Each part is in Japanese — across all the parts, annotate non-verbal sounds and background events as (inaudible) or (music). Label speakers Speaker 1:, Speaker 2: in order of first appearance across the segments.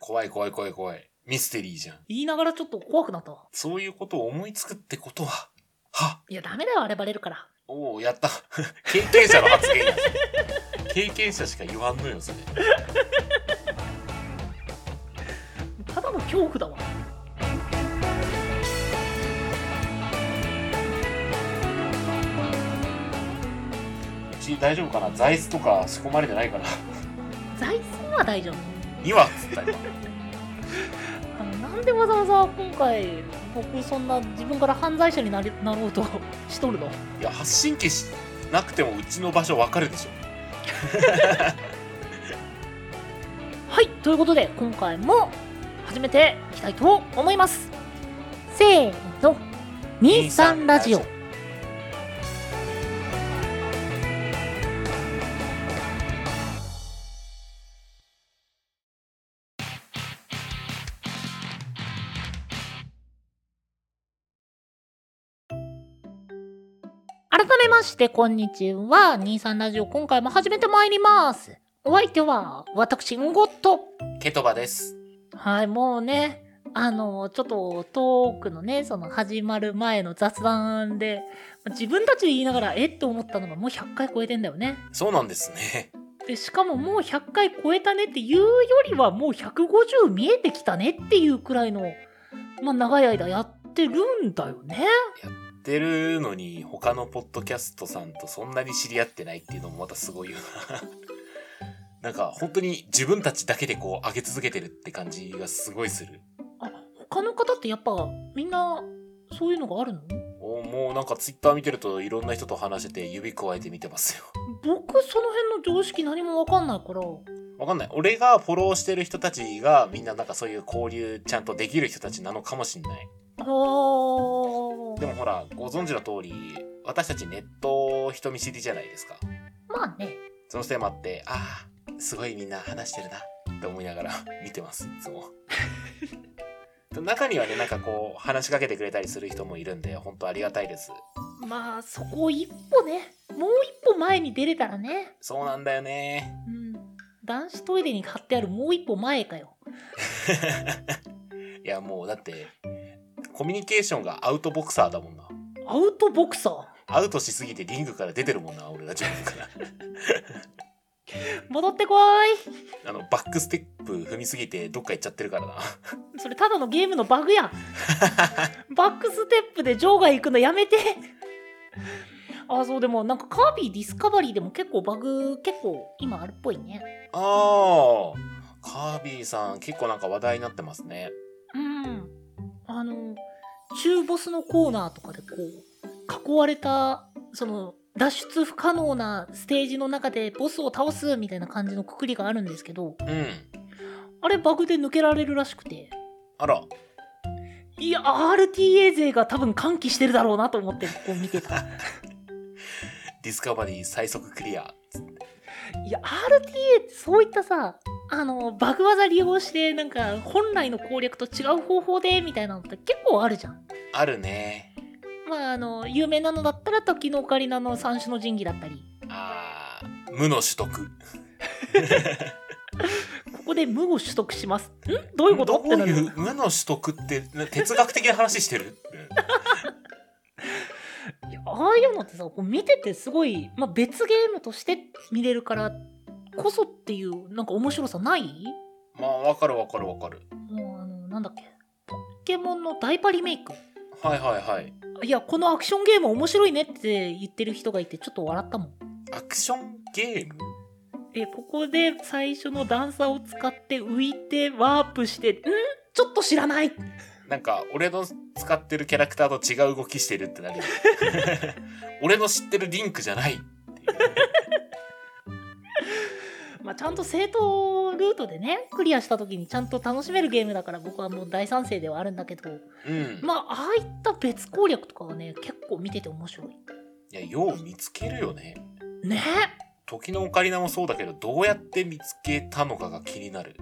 Speaker 1: 怖い怖い怖い怖い。ミステリーじゃん。
Speaker 2: 言いながらちょっと怖くなったわ。
Speaker 1: そういうことを思いつくってことは、は、
Speaker 2: いや、ダメだよ、あれバレるから。
Speaker 1: おお、やった。 (laughs) 経験者の発言や。経験者しか言わんのよ、それ。
Speaker 2: ただの恐怖だわ。
Speaker 1: うち大丈夫かな座椅子とか仕込まれてないかな
Speaker 2: 座椅子は大丈夫。
Speaker 1: 今っつった今。
Speaker 2: あのなんでわざわざ今回、僕そんな自分から犯罪者になりなろうと (laughs) しとるの
Speaker 1: いや、発信機しなくてもうちの場所わかるでしょ。
Speaker 2: はい、ということで今回も始めていきたいと思います。せーの、23ラジオ。改めまして、こんにちは。23ラジオ、今回も始めてまいります。お相手は、私、んごっと。
Speaker 1: ケトバです。
Speaker 2: はい、もうね、あの、ちょっとトークのね、その始まる前の雑談で、自分たちで言いながら、えって思ったのがもう100回超えてんだよね。
Speaker 1: そうなんですね。
Speaker 2: で、しかももう100回超えたねっていうよりは、もう150見えてきたねっていうくらいの、まあ長い間やってるんだよね。
Speaker 1: 出るのに他のポッドキャストさんとそんなに知り合ってないっていうのもまたすごいよな。 (laughs) なんか本当に自分たちだけでこう上げ続けてるって感じがすごいする。
Speaker 2: あ、他の方ってやっぱみんなそういうのがあるの
Speaker 1: おもうなんかツイッター見てるといろんな人と話してて指加えて見てますよ。 (laughs)
Speaker 2: 僕その辺の常識何もわかんないから、
Speaker 1: わかんない。俺がフォローしてる人たちがみんななんかそういう交流ちゃんとできる人たちなのかもしんない。
Speaker 2: あー
Speaker 1: でもほら、ご存知の通り、私たちネット人見知りじゃないですか。
Speaker 2: まあね。
Speaker 1: そのせいもあって、ああ、すごいみんな話してるなって思いながら (laughs) 見てます、いつも。中にはね、なんかこう、話しかけてくれたりする人もいるんで、本当ありがたいです。
Speaker 2: まあそこを一歩ねもう一歩前に出れたらね、
Speaker 1: そうなんだよね。
Speaker 2: うん、男子トイレに貼ってあるもう一歩前かよ
Speaker 1: いや、もうだって、コミュニケーションがアウトボクサーだもんな。
Speaker 2: アウトボクサー
Speaker 1: アウトしすぎてリングから出てるもんな、俺が自分から。 (laughs)
Speaker 2: 戻ってこい
Speaker 1: あの、バックステップ踏みすぎてどっか行っちゃってるからな。
Speaker 2: それただのゲームのバグやバックステップで場外行くのやめてあそうでもなんかカービィディスカバリーでも結構バグ結構今あるっぽいね
Speaker 1: ああ、カービィさん結構なんか話題になってますね。
Speaker 2: うんあの中ボスのコーナーとかでこう囲われたその脱出不可能なステージの中でボスを倒すみたいな感じのくくりがあるんですけど
Speaker 1: うん。
Speaker 2: あれバグで抜けられるらしくて
Speaker 1: あら、
Speaker 2: いや RTA 勢が多分歓喜してるだろうなと思ってここ見てた
Speaker 1: ディスカバリー最速クリア。
Speaker 2: いや RTA ってそういったさあのバグ技利用してなんか本来の攻略と違う方法でみたいなのって結構あるじゃん
Speaker 1: あるね。
Speaker 2: まああの有名なのだったら時のオカリナの三種の神器だったり
Speaker 1: ああ、無の取得。
Speaker 2: ここで無を取得します。んどういうことって
Speaker 1: ど
Speaker 2: な
Speaker 1: うい
Speaker 2: る
Speaker 1: う無の取得ってな哲学的な話してる
Speaker 2: いやああいうのってさ、こう見ててすごい、まあ、別ゲームとして見れるからこそっていう、なんか面白さない
Speaker 1: まあ、わかるわかるわかる。
Speaker 2: もうあの、なんだっけ。ポケモンのダイパリメイク。
Speaker 1: はいはいはい。
Speaker 2: いや、このアクションゲーム面白いねって言ってる人がいて、ちょっと笑ったもん。
Speaker 1: アクションゲーム
Speaker 2: で、ここで最初の段差を使って浮いて、ワープして、んちょっと知らない
Speaker 1: なんか、俺の使ってるキャラクターと違う動きしてるってなるよ。
Speaker 2: (laughs)
Speaker 1: 俺の知ってるリンクじゃない。
Speaker 2: まあ、ちゃんと正当ルートでねクリアした時にちゃんと楽しめるゲームだから僕はもう大賛成ではあるんだけど
Speaker 1: うん。
Speaker 2: まあああいった別攻略とかはね結構見てて面白い
Speaker 1: いや、よう見つけるよね。
Speaker 2: ね
Speaker 1: 時のオカリナもそうだけど、どうやって見つけたのかが気になる。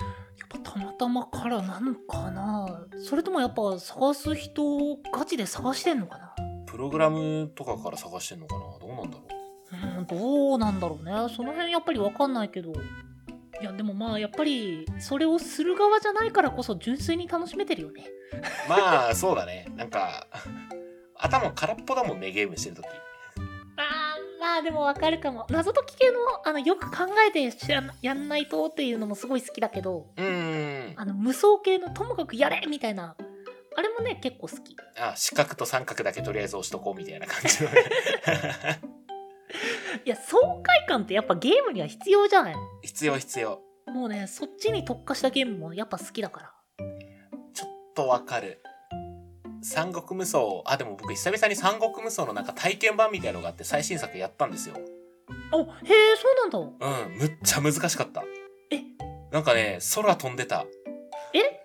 Speaker 2: やっぱたまたまからなのかなそれともやっぱ探す人をガチで探してんのかな
Speaker 1: プログラムとかから探してんのかなどうなんだろう
Speaker 2: うんどうなんだろうねその辺やっぱり分かんないけどいやでもまあやっぱりそれをする側じゃないからこそ純粋に楽しめてるよね
Speaker 1: まあそうだねなんか頭空っぽだもんねゲームしてる時
Speaker 2: あーまあでもわかるかも謎解き系のあのよく考えてしらなやんないとっていうのもすごい好きだけど
Speaker 1: うーん
Speaker 2: あの無双系のともかくやれみたいなあれもね結構好き
Speaker 1: あ四角と三角だけとりあえず押しとこうみたいな感じの (laughs) ね
Speaker 2: いや爽快感ってやっぱゲームには必要じゃない
Speaker 1: 必要必要
Speaker 2: もうねそっちに特化したゲームもやっぱ好きだから
Speaker 1: ちょっとわかる三国無双あでも僕久々に三国無双のなんか体験版みたいのがあって最新作やったんですよ
Speaker 2: あへえそうなんだ
Speaker 1: うんむっちゃ難しかった
Speaker 2: え
Speaker 1: なんかね空飛んでた
Speaker 2: え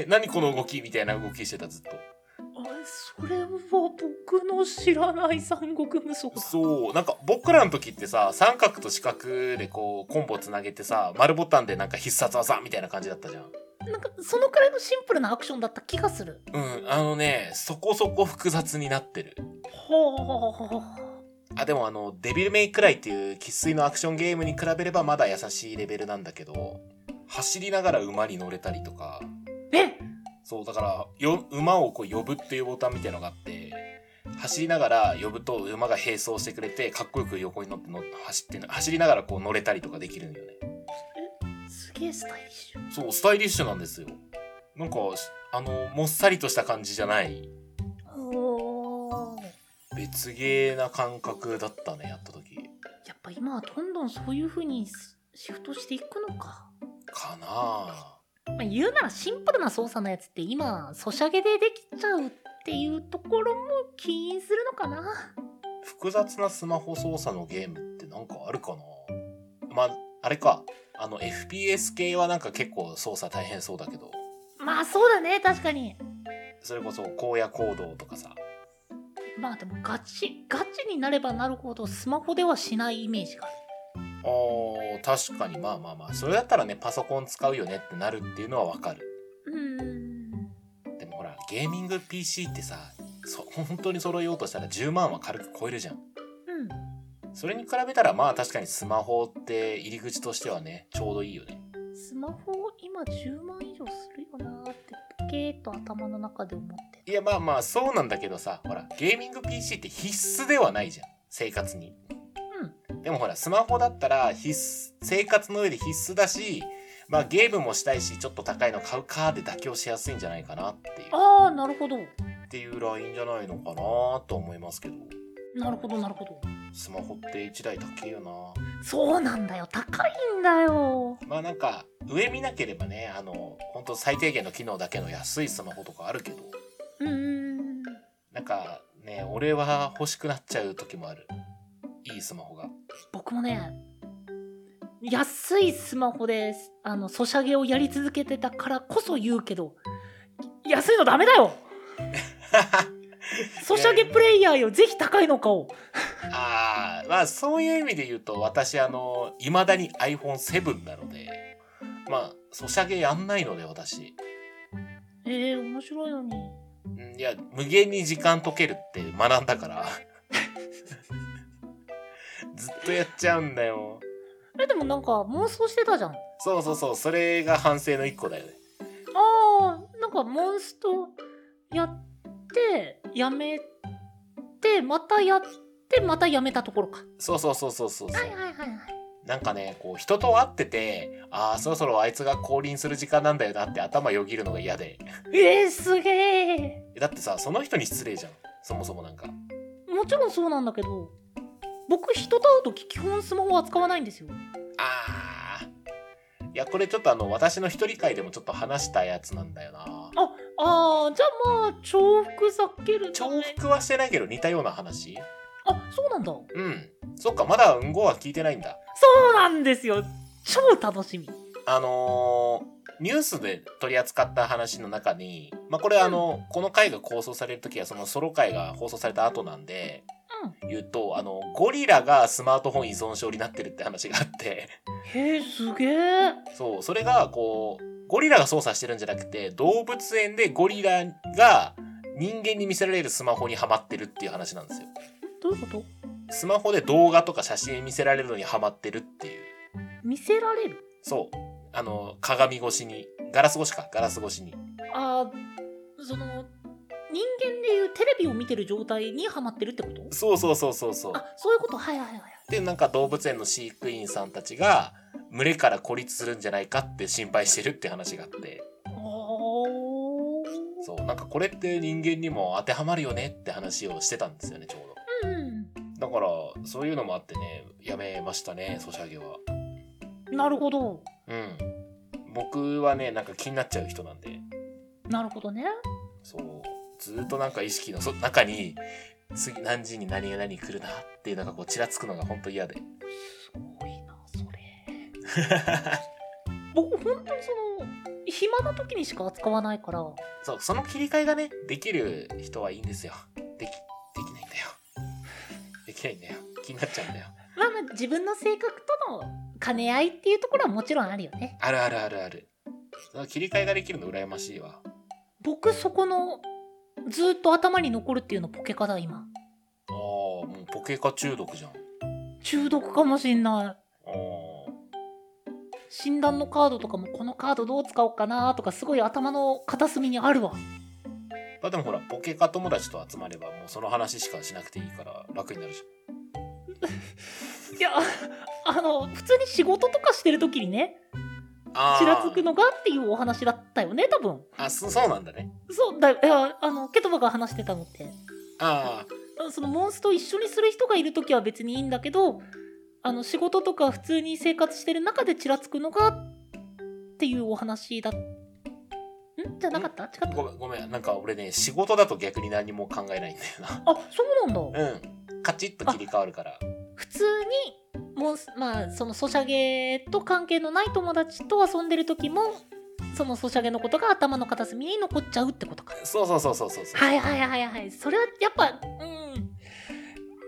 Speaker 1: え何この動きみたいな動きしてたずっと
Speaker 2: あれそれは僕の知らない三国無双だ
Speaker 1: そうなんか僕らの時ってさ三角と四角でこうコンボつなげてさ丸ボタンでなんか必殺技みたいな感じだったじゃん
Speaker 2: なんかそのくらいのシンプルなアクションだった気がする
Speaker 1: うんあのねそこそこ複雑になってる
Speaker 2: ほう
Speaker 1: あでもあのデビルメイクライっていう生粋のアクションゲームに比べればまだ優しいレベルなんだけど走りながら馬に乗れたりとか
Speaker 2: え
Speaker 1: そうだからよ馬をこう呼ぶっていうボタンみたいのがあって走りながら呼ぶと馬が並走してくれてかっこよく横に乗っての走ってんの走りながらこう乗れたりとかできるんだよね
Speaker 2: すげえスタイリッシュ
Speaker 1: そうスタイリッシュなんですよなんかあのもっさりとした感じじゃない
Speaker 2: ほう
Speaker 1: 別ゲーな感覚だったねやった時
Speaker 2: やっぱ今はどんどんそういう風にシフトしていくのか、
Speaker 1: かなあ
Speaker 2: まあ、言うならシンプルな操作のやつって今ソシャゲでできちゃうっていうところも起因するのかな
Speaker 1: 複雑なスマホ操作のゲームってなんかあるかなまあ、あれか。あの、FPS 系はなんか結構操作大変そうだけど、
Speaker 2: まあそうだね確かに
Speaker 1: それこそ荒野行動とかさ。
Speaker 2: まあでもガチガチになればなるほどスマホではしないイメージがある
Speaker 1: あー、確かにまあまあまあ、それだったらね、パソコン使うよねってなるっていうのはわかる。
Speaker 2: うん
Speaker 1: でもほら、ゲーミング PC ってさ、そ本当に揃えようとしたら10万は軽く超えるじゃん。
Speaker 2: うん
Speaker 1: それに比べたらまあ確かにスマホって入り口としてはね、ちょうどいいよね。
Speaker 2: スマホ今10万以上するよなーってポケーっと頭の中で思って
Speaker 1: いやまあまあそうなんだけどさほらゲーミング PC って必須ではないじゃん生活にでもほらスマホだったら必須生活の上で必須だしまあゲームもしたいしちょっと高いの買うかで妥協しやすいんじゃないかなっていう
Speaker 2: ああなるほど
Speaker 1: っていうラインじゃないのかなと思いますけど
Speaker 2: なるほどなるほど
Speaker 1: スマホって1台高いよな
Speaker 2: そうなんだよ高いんだよ
Speaker 1: まあなんか上見なければねあのほんと最低限の機能だけの安いスマホとかあるけど
Speaker 2: うーん
Speaker 1: なんかね俺は欲しくなっちゃう時もあるいいスマホが (laughs)
Speaker 2: 僕もね安いスマホであのソシャゲをやり続けてたからこそ言うけど安いのダメだよソシャゲプレイヤーよぜひ高いの買おう
Speaker 1: ああまあそういう意味で言うと私あのいまだに iPhone7 なのでまあソシャゲやんないので私
Speaker 2: えー、面白いのに
Speaker 1: んいや無限に時間解けるって学んだから (laughs) ずっとやっちゃうんだよ
Speaker 2: えでもなんか妄想してたじゃん
Speaker 1: そうそうそうそれが反省の一個だよね
Speaker 2: ああなんかモンストやってやめてまたやってまたやめたところか
Speaker 1: そうそうそうそうそうそう
Speaker 2: はいはい
Speaker 1: なんかねこう人と会っててああそろそろあいつが降臨する時間なんだよなって頭よぎるのが嫌で
Speaker 2: えー、すげえ
Speaker 1: だってさその人に失礼じゃんそもそもなんか
Speaker 2: もちろんそうなんだけど僕人と会う時基本スマホは使わないんですよ
Speaker 1: あーいやこれちょっとあの私の一人会でもちょっと話したやつなんだよな
Speaker 2: ああじゃあまあ重複避けるため
Speaker 1: 重複はしてないけど似たような話
Speaker 2: あそうなんだそ
Speaker 1: うんそっかまだうんごは聞いてないんだ
Speaker 2: うなんですよ超楽しみ
Speaker 1: あのーニュースで取り扱った話の中に、まあ、これあの、この回が放送される時はそのソロ回が放送された後なんで、言うとあのゴリラがスマートフォン依存症になってるって話があって (laughs)
Speaker 2: へえすげえ
Speaker 1: そう、それがこう、ゴリラが操作してるんじゃなくて、動物園でゴリラが人間に見せられるスマホにハマってるっていう話なんですよ。
Speaker 2: どういうこと
Speaker 1: スマホで動画とか写真見せられるのにハマってるっていう。
Speaker 2: 見せられる
Speaker 1: そう。あの、鏡越しに、ガラス越しか、ガラス越しに。
Speaker 2: あーその人間でいうテレビを見てる状態にはまってるってこと
Speaker 1: そうそうそうそうそう。
Speaker 2: あそういうことはいはいはいはい
Speaker 1: で、なんか動物園の飼育員さんたちが、群れから孤立するんじゃないかって心配してるって話があって、
Speaker 2: おー
Speaker 1: そう、なんかこれって人間にも当てはまるよねって話をしてたんですよね、ちょうど。
Speaker 2: う
Speaker 1: だから、そういうのもあってね、やめましたね、ソシャゲは。
Speaker 2: んなるほど
Speaker 1: うん。僕はね、なんか気になっちゃう人なんで、
Speaker 2: なるほどね
Speaker 1: そう、ずーっとなんか意識のそ中に、次何時に何が何来るなっていうのがこうちらつくのが本当嫌で。
Speaker 2: すごいなそれ (laughs) 僕本当にその暇な時にしか扱わないから
Speaker 1: そう、その切り替えがね、できる人はいいんですよ。でき、できないんだよ。できないんだよ。気になっちゃうんだよ。
Speaker 2: まあまあ自分の性格との兼ね合いっていうところはもちろんあるよね
Speaker 1: あるあるあるある。その切り替えができるの羨ましいわ。
Speaker 2: 僕そこのずーっと頭に残るっていうのポケカだ今
Speaker 1: ああ、もうポケカ中毒じゃん。あ
Speaker 2: 中毒かもしんない
Speaker 1: あ。
Speaker 2: 診断のカードとかもこのカードどう使おうかなとかすごい頭の片隅にあるわ
Speaker 1: まあでもほら、ポケカ友達と集まれば、もうその話しかしなくていいから楽になるじゃん。
Speaker 2: いやあの普通に仕事とかしてる時にね
Speaker 1: あー
Speaker 2: ちらつくのがっていうお話だったよね多分
Speaker 1: あそ、そうなんだね。
Speaker 2: そうだいやあのケトバが話してたのって
Speaker 1: あ
Speaker 2: そのモンスト一緒にする人がいる時は別にいいんだけどあの仕事とか普通に生活してる中でちらつくのがっていうお話だんじゃなかった違った
Speaker 1: あ、ごめん、ごめん。なんか俺ね、仕事だと逆に何も考えないんだ
Speaker 2: あそうなんだ、
Speaker 1: よな。うん。カチッと切り替わるから。
Speaker 2: 普通にモンスまあそのソシャゲと関係のない友達と遊んでる時もそのソシャゲのことが頭の片隅に残っちゃうってことか
Speaker 1: そうそうそうそうそうそう。
Speaker 2: はいはいはいはいそれはやっぱ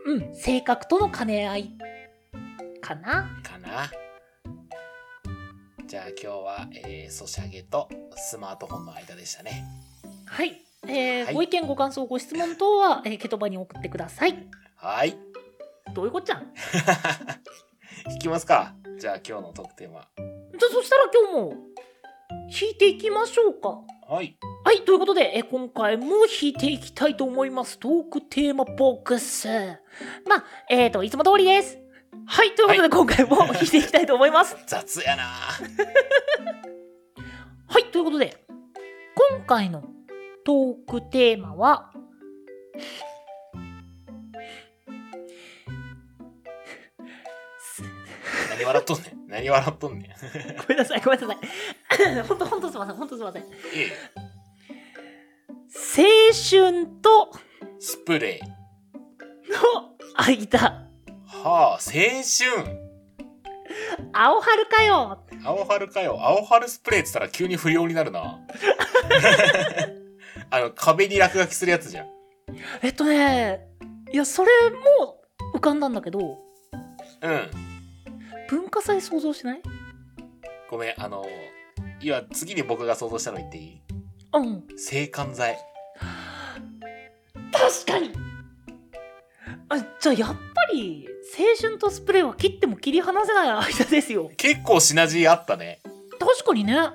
Speaker 2: うんうん性格との兼ね合いかな
Speaker 1: かなじゃあ今日は、えー、ソシャゲとスマートフォンの間でしたね
Speaker 2: はいえー
Speaker 1: はい
Speaker 2: ご意見ご感想ご質問等は、えー、ケトバに送ってください
Speaker 1: はーい (laughs)
Speaker 2: どういうこっちゃん
Speaker 1: 引きますかじゃあ今日の特典は
Speaker 2: じゃあそしたら今日も引いていきましょうか
Speaker 1: はい
Speaker 2: はい、ということで、えー今回も引いていきたいと思います。トークテーマボックス。まあ、えーと、いつも通りです。はい、ということ
Speaker 1: は
Speaker 2: で、今回も引いていきたいと思います。
Speaker 1: 雑やな
Speaker 2: はい、ということで、今回のトークテーマは、
Speaker 1: 何笑っとんねん何笑っとんねんい
Speaker 2: ごめんなさい、ご (coughs) めんなさい。ほんと、ほんとすいません、ほんとすいません。
Speaker 1: えいえ
Speaker 2: 青春と
Speaker 1: スプレー
Speaker 2: の間、
Speaker 1: はあ青春
Speaker 2: 青春かよ。
Speaker 1: 青春かよ青春スプレーって言ったら急に不良になるな (laughs) あの壁に落書きするやつじゃん
Speaker 2: えっとね、いや、それも浮かんだんだけど、
Speaker 1: うん
Speaker 2: 文化祭想像しない
Speaker 1: ごめんあの今次に僕が想像したの言っていい
Speaker 2: うん。
Speaker 1: 制汗剤
Speaker 2: 確かにあじゃあやっぱり青春とスプレーは切っても切り離せない間ですよ
Speaker 1: 結構シナジーあったね。
Speaker 2: 確かにねいや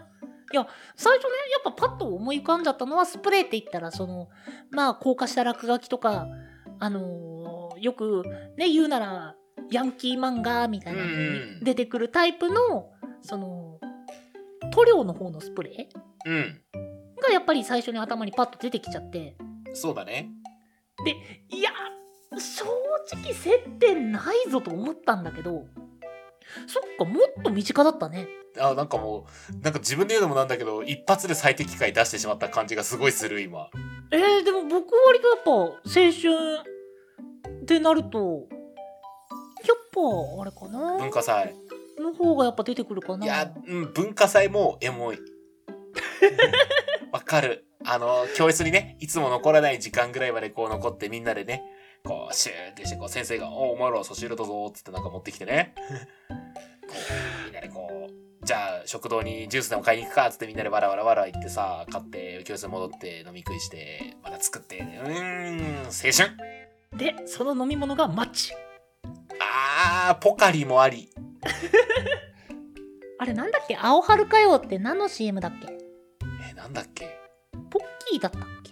Speaker 2: 最初ねやっぱパッと思い浮かんじゃったのはスプレーって言ったらそのまあ硬化した落書きとかあのーよくね言うならヤンキー漫画みたいなのに
Speaker 1: うん
Speaker 2: 出てくるタイプのその塗料の方のスプレー
Speaker 1: うん。
Speaker 2: がやっぱり最初に頭にパッと出てきちゃって
Speaker 1: そうだね。
Speaker 2: いや正直接点ないぞと思ったんだけどそっかもっと身近だったね
Speaker 1: あ、なんかもう、なんか自分で言うのもなんだけど、一発で最適解出してしまった感じがすごいする、今。
Speaker 2: えー、でも僕割とやっぱ青春ってなるとやっぱあれか
Speaker 1: 文
Speaker 2: な
Speaker 1: 化祭。
Speaker 2: の方がやっぱ出てくるかない
Speaker 1: や、うん、文化祭もエモい。わかる。あの、教室にね、いつも残らない時間ぐらいまでこう残ってみんなでね、こう、シューってして、こう、先生が、おお、お前ら、ソシールだぞ、つってなんか持ってきてね。こう、みんなでこう、じゃあ、食堂にジュースでも買いに行くか、つってみんなでわらわらわら行ってさ、買って、教室に戻って飲み食いして、また作って、うーん、青春
Speaker 2: でその飲み物がマッチ
Speaker 1: あー、ポカリもあり。
Speaker 2: あれなんだっけ青春かよって何の CM だっけ
Speaker 1: えなんだっけ
Speaker 2: ポッキーだったっけ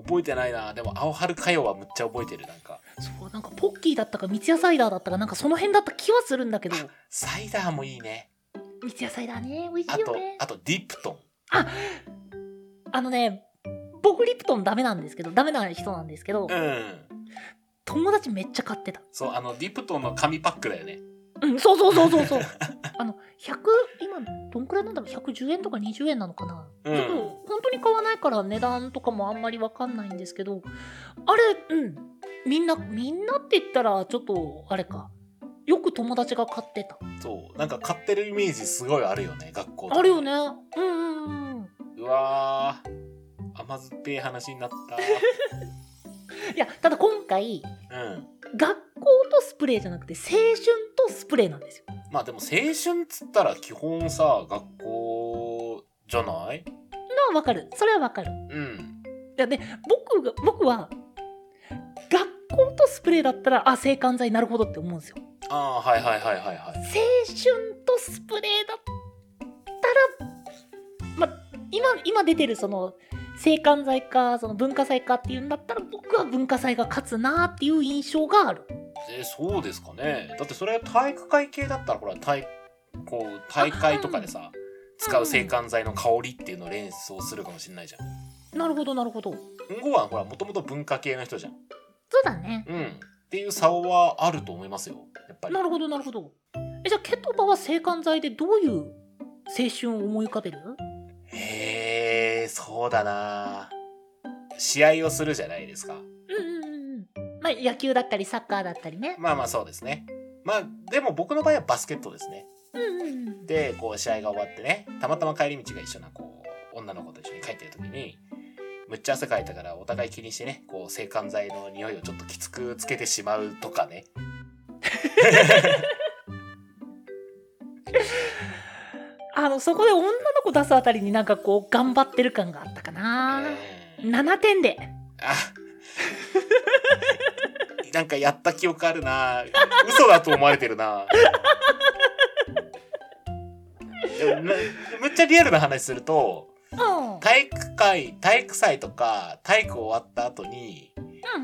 Speaker 1: 覚えてないなでも青春かよはむっちゃ覚えてるなんか
Speaker 2: そうなんかポッキーだったか三ツ矢サイダーだったかなんかその辺だった気はするんだけど
Speaker 1: サイダーもいいね
Speaker 2: 三ツ矢サイダーね美味し
Speaker 1: あ
Speaker 2: いよ
Speaker 1: と
Speaker 2: ね
Speaker 1: あとディプトン
Speaker 2: あのね僕リプトンダメなんですけどダメな人なんですけど
Speaker 1: うん
Speaker 2: 友達めっちゃ買ってた
Speaker 1: そうあのディプトンの紙パックだよね
Speaker 2: うんそうそうそうそうそう (laughs) あの100今どんくらいなんだろう110円とか20円なのかな
Speaker 1: うん
Speaker 2: ちょっと本当に買わないから値段とかもあんまりわかんないんですけどあれうんみんなみんなって言ったらちょっとあれかよく友達が買ってた
Speaker 1: そうなんか買ってるイメージすごいあるよね学校とか
Speaker 2: あるよねうんうんうん
Speaker 1: うわー甘酸っぱい話になっ
Speaker 2: (laughs) いやただ今回
Speaker 1: たうん
Speaker 2: 学校とスプレーじゃなくて青春とスプレーなんですよ
Speaker 1: まあでも青春っつったら基本さ学校じゃない
Speaker 2: のはわかるそれはわかる
Speaker 1: うん
Speaker 2: いやで僕が僕は学校とスプレーだったらあ制汗剤なるほどって思うんですよ
Speaker 1: ああーはいはいはいはいは
Speaker 2: 青
Speaker 1: い
Speaker 2: 春とスプレーだったらま今今出てるその制汗剤かその文化祭かっていうんだったら僕は文化祭が勝つなっていう印象がある
Speaker 1: えそうですかねだってそれは体育会系だったらほら体こう大会とかでさ使う制汗剤の香りっていうのを連想するかもしれないじゃん。
Speaker 2: なるほどなるほどそ
Speaker 1: うんごはほらもともと文化系の人じゃん。
Speaker 2: うだね
Speaker 1: うん。っていう差はあると思いますよ。やっぱり。
Speaker 2: なるほどなるほどえじゃあケトバは制汗剤でどういう青春を思い浮かべる
Speaker 1: へえそうだな試合をするじゃないですか。
Speaker 2: うんうんうんうんまあ野球だったりサッカーだったりね
Speaker 1: まあまあそうですね。まあでも僕の場合はバスケットですね。
Speaker 2: うんうんうん
Speaker 1: でこう試合が終わってねたまたま帰り道が一緒なこう女の子と一緒に帰ってる時にむっちゃ汗かいたからお互い気にしてねこう制汗剤の匂いをちょっときつくつけてしまうとかね
Speaker 2: あのそこで女の子出すあたりになんかこう頑張ってる感があったかな、
Speaker 1: うん
Speaker 2: 7点で
Speaker 1: あ (laughs) なんかやった記憶あるな嘘だと思われてるなでもむむっちゃリアルな話すると
Speaker 2: うん
Speaker 1: 体育会体育祭とか体育終わった後に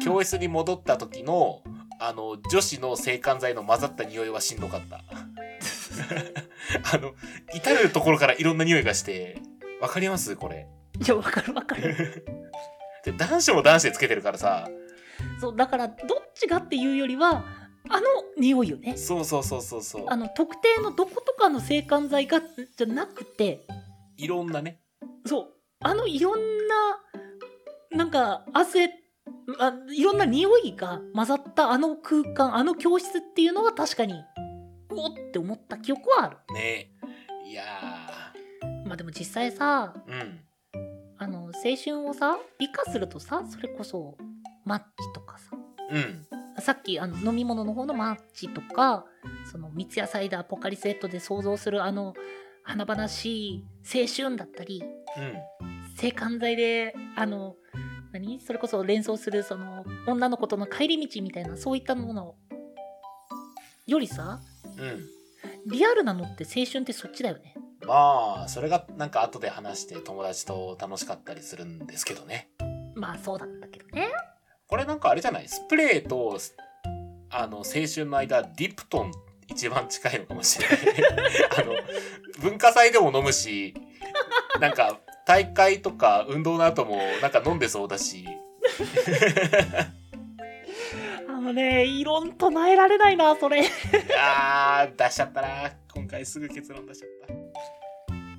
Speaker 1: 教室に戻った時のあの女子の制汗剤の混ざった匂いはしんどかった (laughs) あの至る所からいろんな匂いがしてわかりますこれ
Speaker 2: いやわかるわ (laughs) かる
Speaker 1: で男子も男子でつけてるからさ
Speaker 2: そうだからどっちがっていうよりはあの匂いよね
Speaker 1: そうそうそうそうそう
Speaker 2: あの特定のどことかの制汗剤がじゃなくて
Speaker 1: いろんなね
Speaker 2: そうあのいろんななんか汗あいろんな匂いが混ざったあの空間あの教室っていうのは確かにうおって思った記憶はある
Speaker 1: ねいや
Speaker 2: まあでも実際さ
Speaker 1: ーうん
Speaker 2: あの青春をさ美化するとさそれこそマッチとかさ
Speaker 1: うん
Speaker 2: さっきあの飲み物の方のマッチとかその三ツ矢サイダーポカリスエットで想像するあの華々しい青春だったり
Speaker 1: うん
Speaker 2: 性感剤であの何それこそ連想するその女の子との帰り道みたいなそういったものよりさ
Speaker 1: うん
Speaker 2: リアルなのって青春ってそっちだよね
Speaker 1: まあそれがなんか後で話して友達と楽しかったりするんですけどね
Speaker 2: まあそうなんだけどね
Speaker 1: これなんかあれじゃないスプレーとすあの青春の間ディプトン一番近いのかもしれない (laughs) あの文化祭でも飲むしなんか大会とか運動の後もなんか飲んでそうだし
Speaker 2: あのね異論唱えられないなそれ
Speaker 1: あー出しちゃったな今回すぐ結論出しちゃった。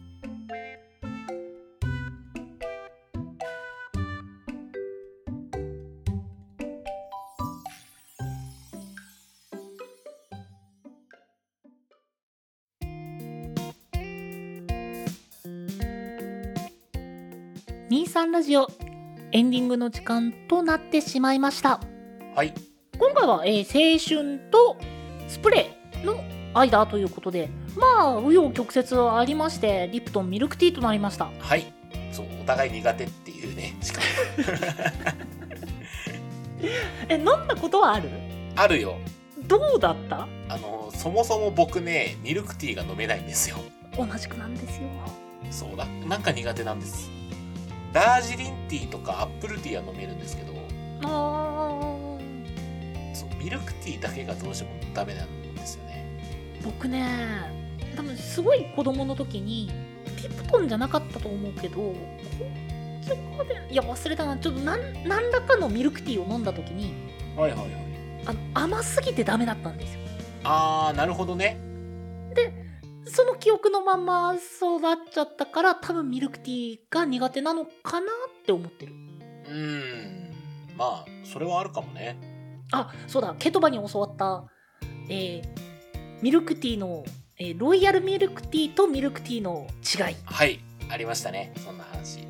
Speaker 2: 23ラジオエンディングの時間となってしまいました
Speaker 1: はい
Speaker 2: 今回は、えー青春とスプレーの間ということでまあ紆余曲折ありましてリプトンミルクティーとなりました
Speaker 1: はいそうお互い苦手っていうねしかも
Speaker 2: え飲んだことはある
Speaker 1: あるよ
Speaker 2: どどうだった
Speaker 1: あのそもそも僕ねミルクティーが飲めないんですよ
Speaker 2: 同じくなんですよ
Speaker 1: そうだなんか苦手なんですダージリンティーとかアップルティーは飲めるんですけど
Speaker 2: あー
Speaker 1: そうミルクティーだけがどうしてもダメなんですよね
Speaker 2: 僕ね多分すごい子供の時にピプトンじゃなかったと思うけどこっちまでいや忘れたなちょっとなん何らかのミルクティーを飲んだ時に
Speaker 1: はいはいはい
Speaker 2: あの甘すぎてダメだったんですよ
Speaker 1: あーなるほどね
Speaker 2: その記憶のまんま育っちゃったから多分ミルクティーが苦手なのかなって思ってる
Speaker 1: うーんまあそれはあるかもね
Speaker 2: あそうだケトバに教わった、えーミルクティーの、えーロイヤルミルクティーとミルクティーの違い
Speaker 1: はいありましたねそんな話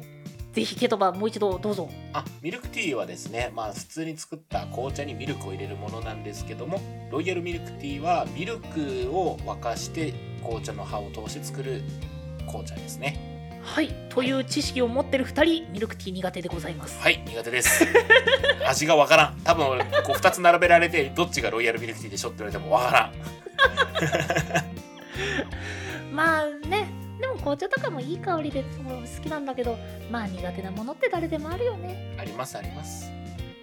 Speaker 2: ぜひケトバもう一度どうぞ
Speaker 1: あミルクティーはですねまあ普通に作った紅茶にミルクを入れるものなんですけどもロイヤルミルクティーはミルクを沸かして紅茶の葉を通して作る紅茶ですね
Speaker 2: はいという知識を持ってる2人ミルクティー苦手でございます
Speaker 1: はい苦手です (laughs) 味がわからん多分俺こう2つ並べられてどっちがロイヤルミルクティーでしょって言われてもわからん
Speaker 2: まあねでも紅茶とかもいい香りでその好きなんだけどまあ苦手なものって誰でもあるよね
Speaker 1: ありますあります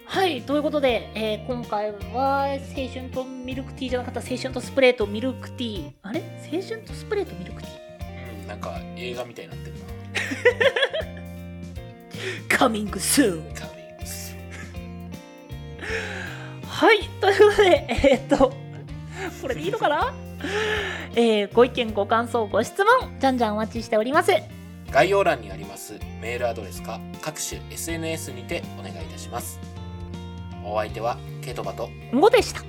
Speaker 2: はいということで、えー今回は青春とミルクティーじゃなかった青春とスプレーとミルクティーあれ青春とスプレーとミルクティー
Speaker 1: うんなんか映画みたいになってるな
Speaker 2: カミングスーン
Speaker 1: カービングス
Speaker 2: はい、ということで、えーっと、これでいいのかなえーご意見、ご感想、ご質問、じゃんじゃんお待ちしております。
Speaker 1: 概要欄にありますメールアドレスか各種 SNS にてお願いいたしますお相手はケイトバと
Speaker 2: んごでした。